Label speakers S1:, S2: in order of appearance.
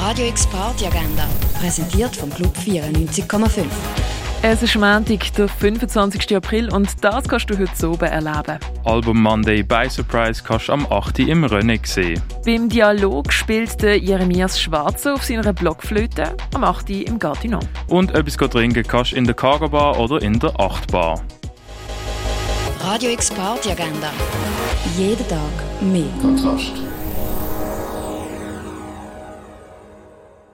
S1: Radio X Party Agenda, präsentiert vom Club 94,5.
S2: Es ist Montag, der 25. April und das kannst du heute oben erleben.
S3: Album Monday by Surprise kannst du am 8. Uhr im Rennen sehen.
S2: Beim Dialog spielt der Jeremias Schwarzer auf seiner Blockflöte am 8. Uhr im Gardinon.
S3: Und etwas trinken kannst du in der Cargo Bar oder in der 8 Bar.
S1: Radio X Party Agenda, jeden Tag mehr.
S4: Kontrast.